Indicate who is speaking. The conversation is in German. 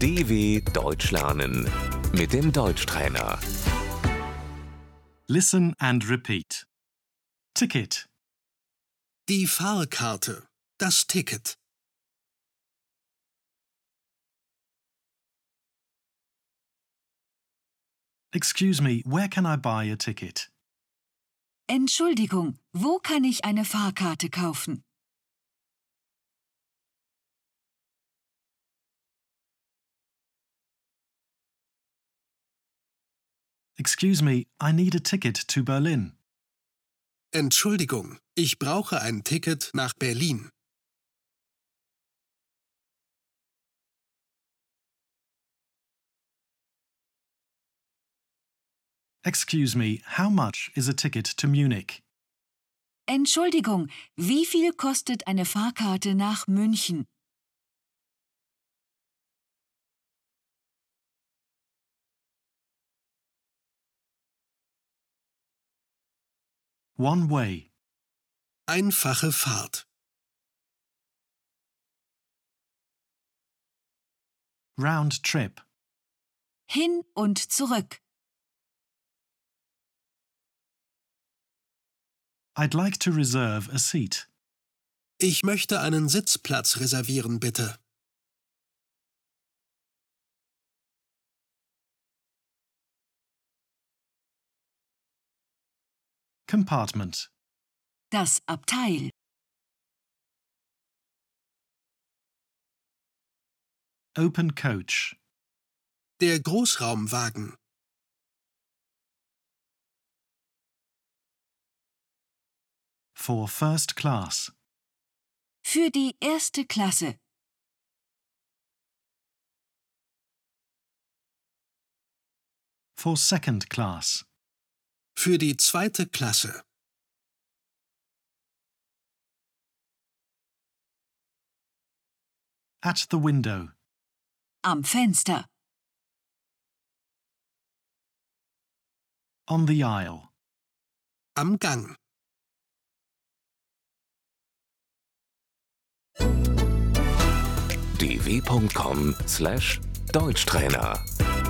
Speaker 1: DW Deutsch lernen mit dem Deutschtrainer.
Speaker 2: Listen and repeat. Ticket.
Speaker 3: Die Fahrkarte. Das Ticket.
Speaker 2: Excuse me, where can I buy a ticket?
Speaker 4: Entschuldigung, wo kann ich eine Fahrkarte kaufen?
Speaker 2: Excuse me, I need a ticket to Berlin.
Speaker 3: Entschuldigung, ich brauche ein Ticket nach Berlin.
Speaker 2: Excuse me, how much is a ticket to Munich?
Speaker 4: Entschuldigung, wie viel kostet eine Fahrkarte nach München?
Speaker 2: One way.
Speaker 3: Einfache Fahrt.
Speaker 2: Round trip.
Speaker 4: Hin und zurück.
Speaker 2: I'd like to reserve a seat.
Speaker 3: Ich möchte einen Sitzplatz reservieren, bitte.
Speaker 2: Compartment.
Speaker 4: Das Abteil.
Speaker 2: Open coach.
Speaker 3: Der Großraumwagen.
Speaker 2: For first class.
Speaker 4: Für die erste Klasse.
Speaker 2: For second class.
Speaker 3: Für die zweite Klasse.
Speaker 2: At the window.
Speaker 4: Am Fenster.
Speaker 2: On the aisle.
Speaker 3: Am Gang.
Speaker 1: dw.com/deutschtrainer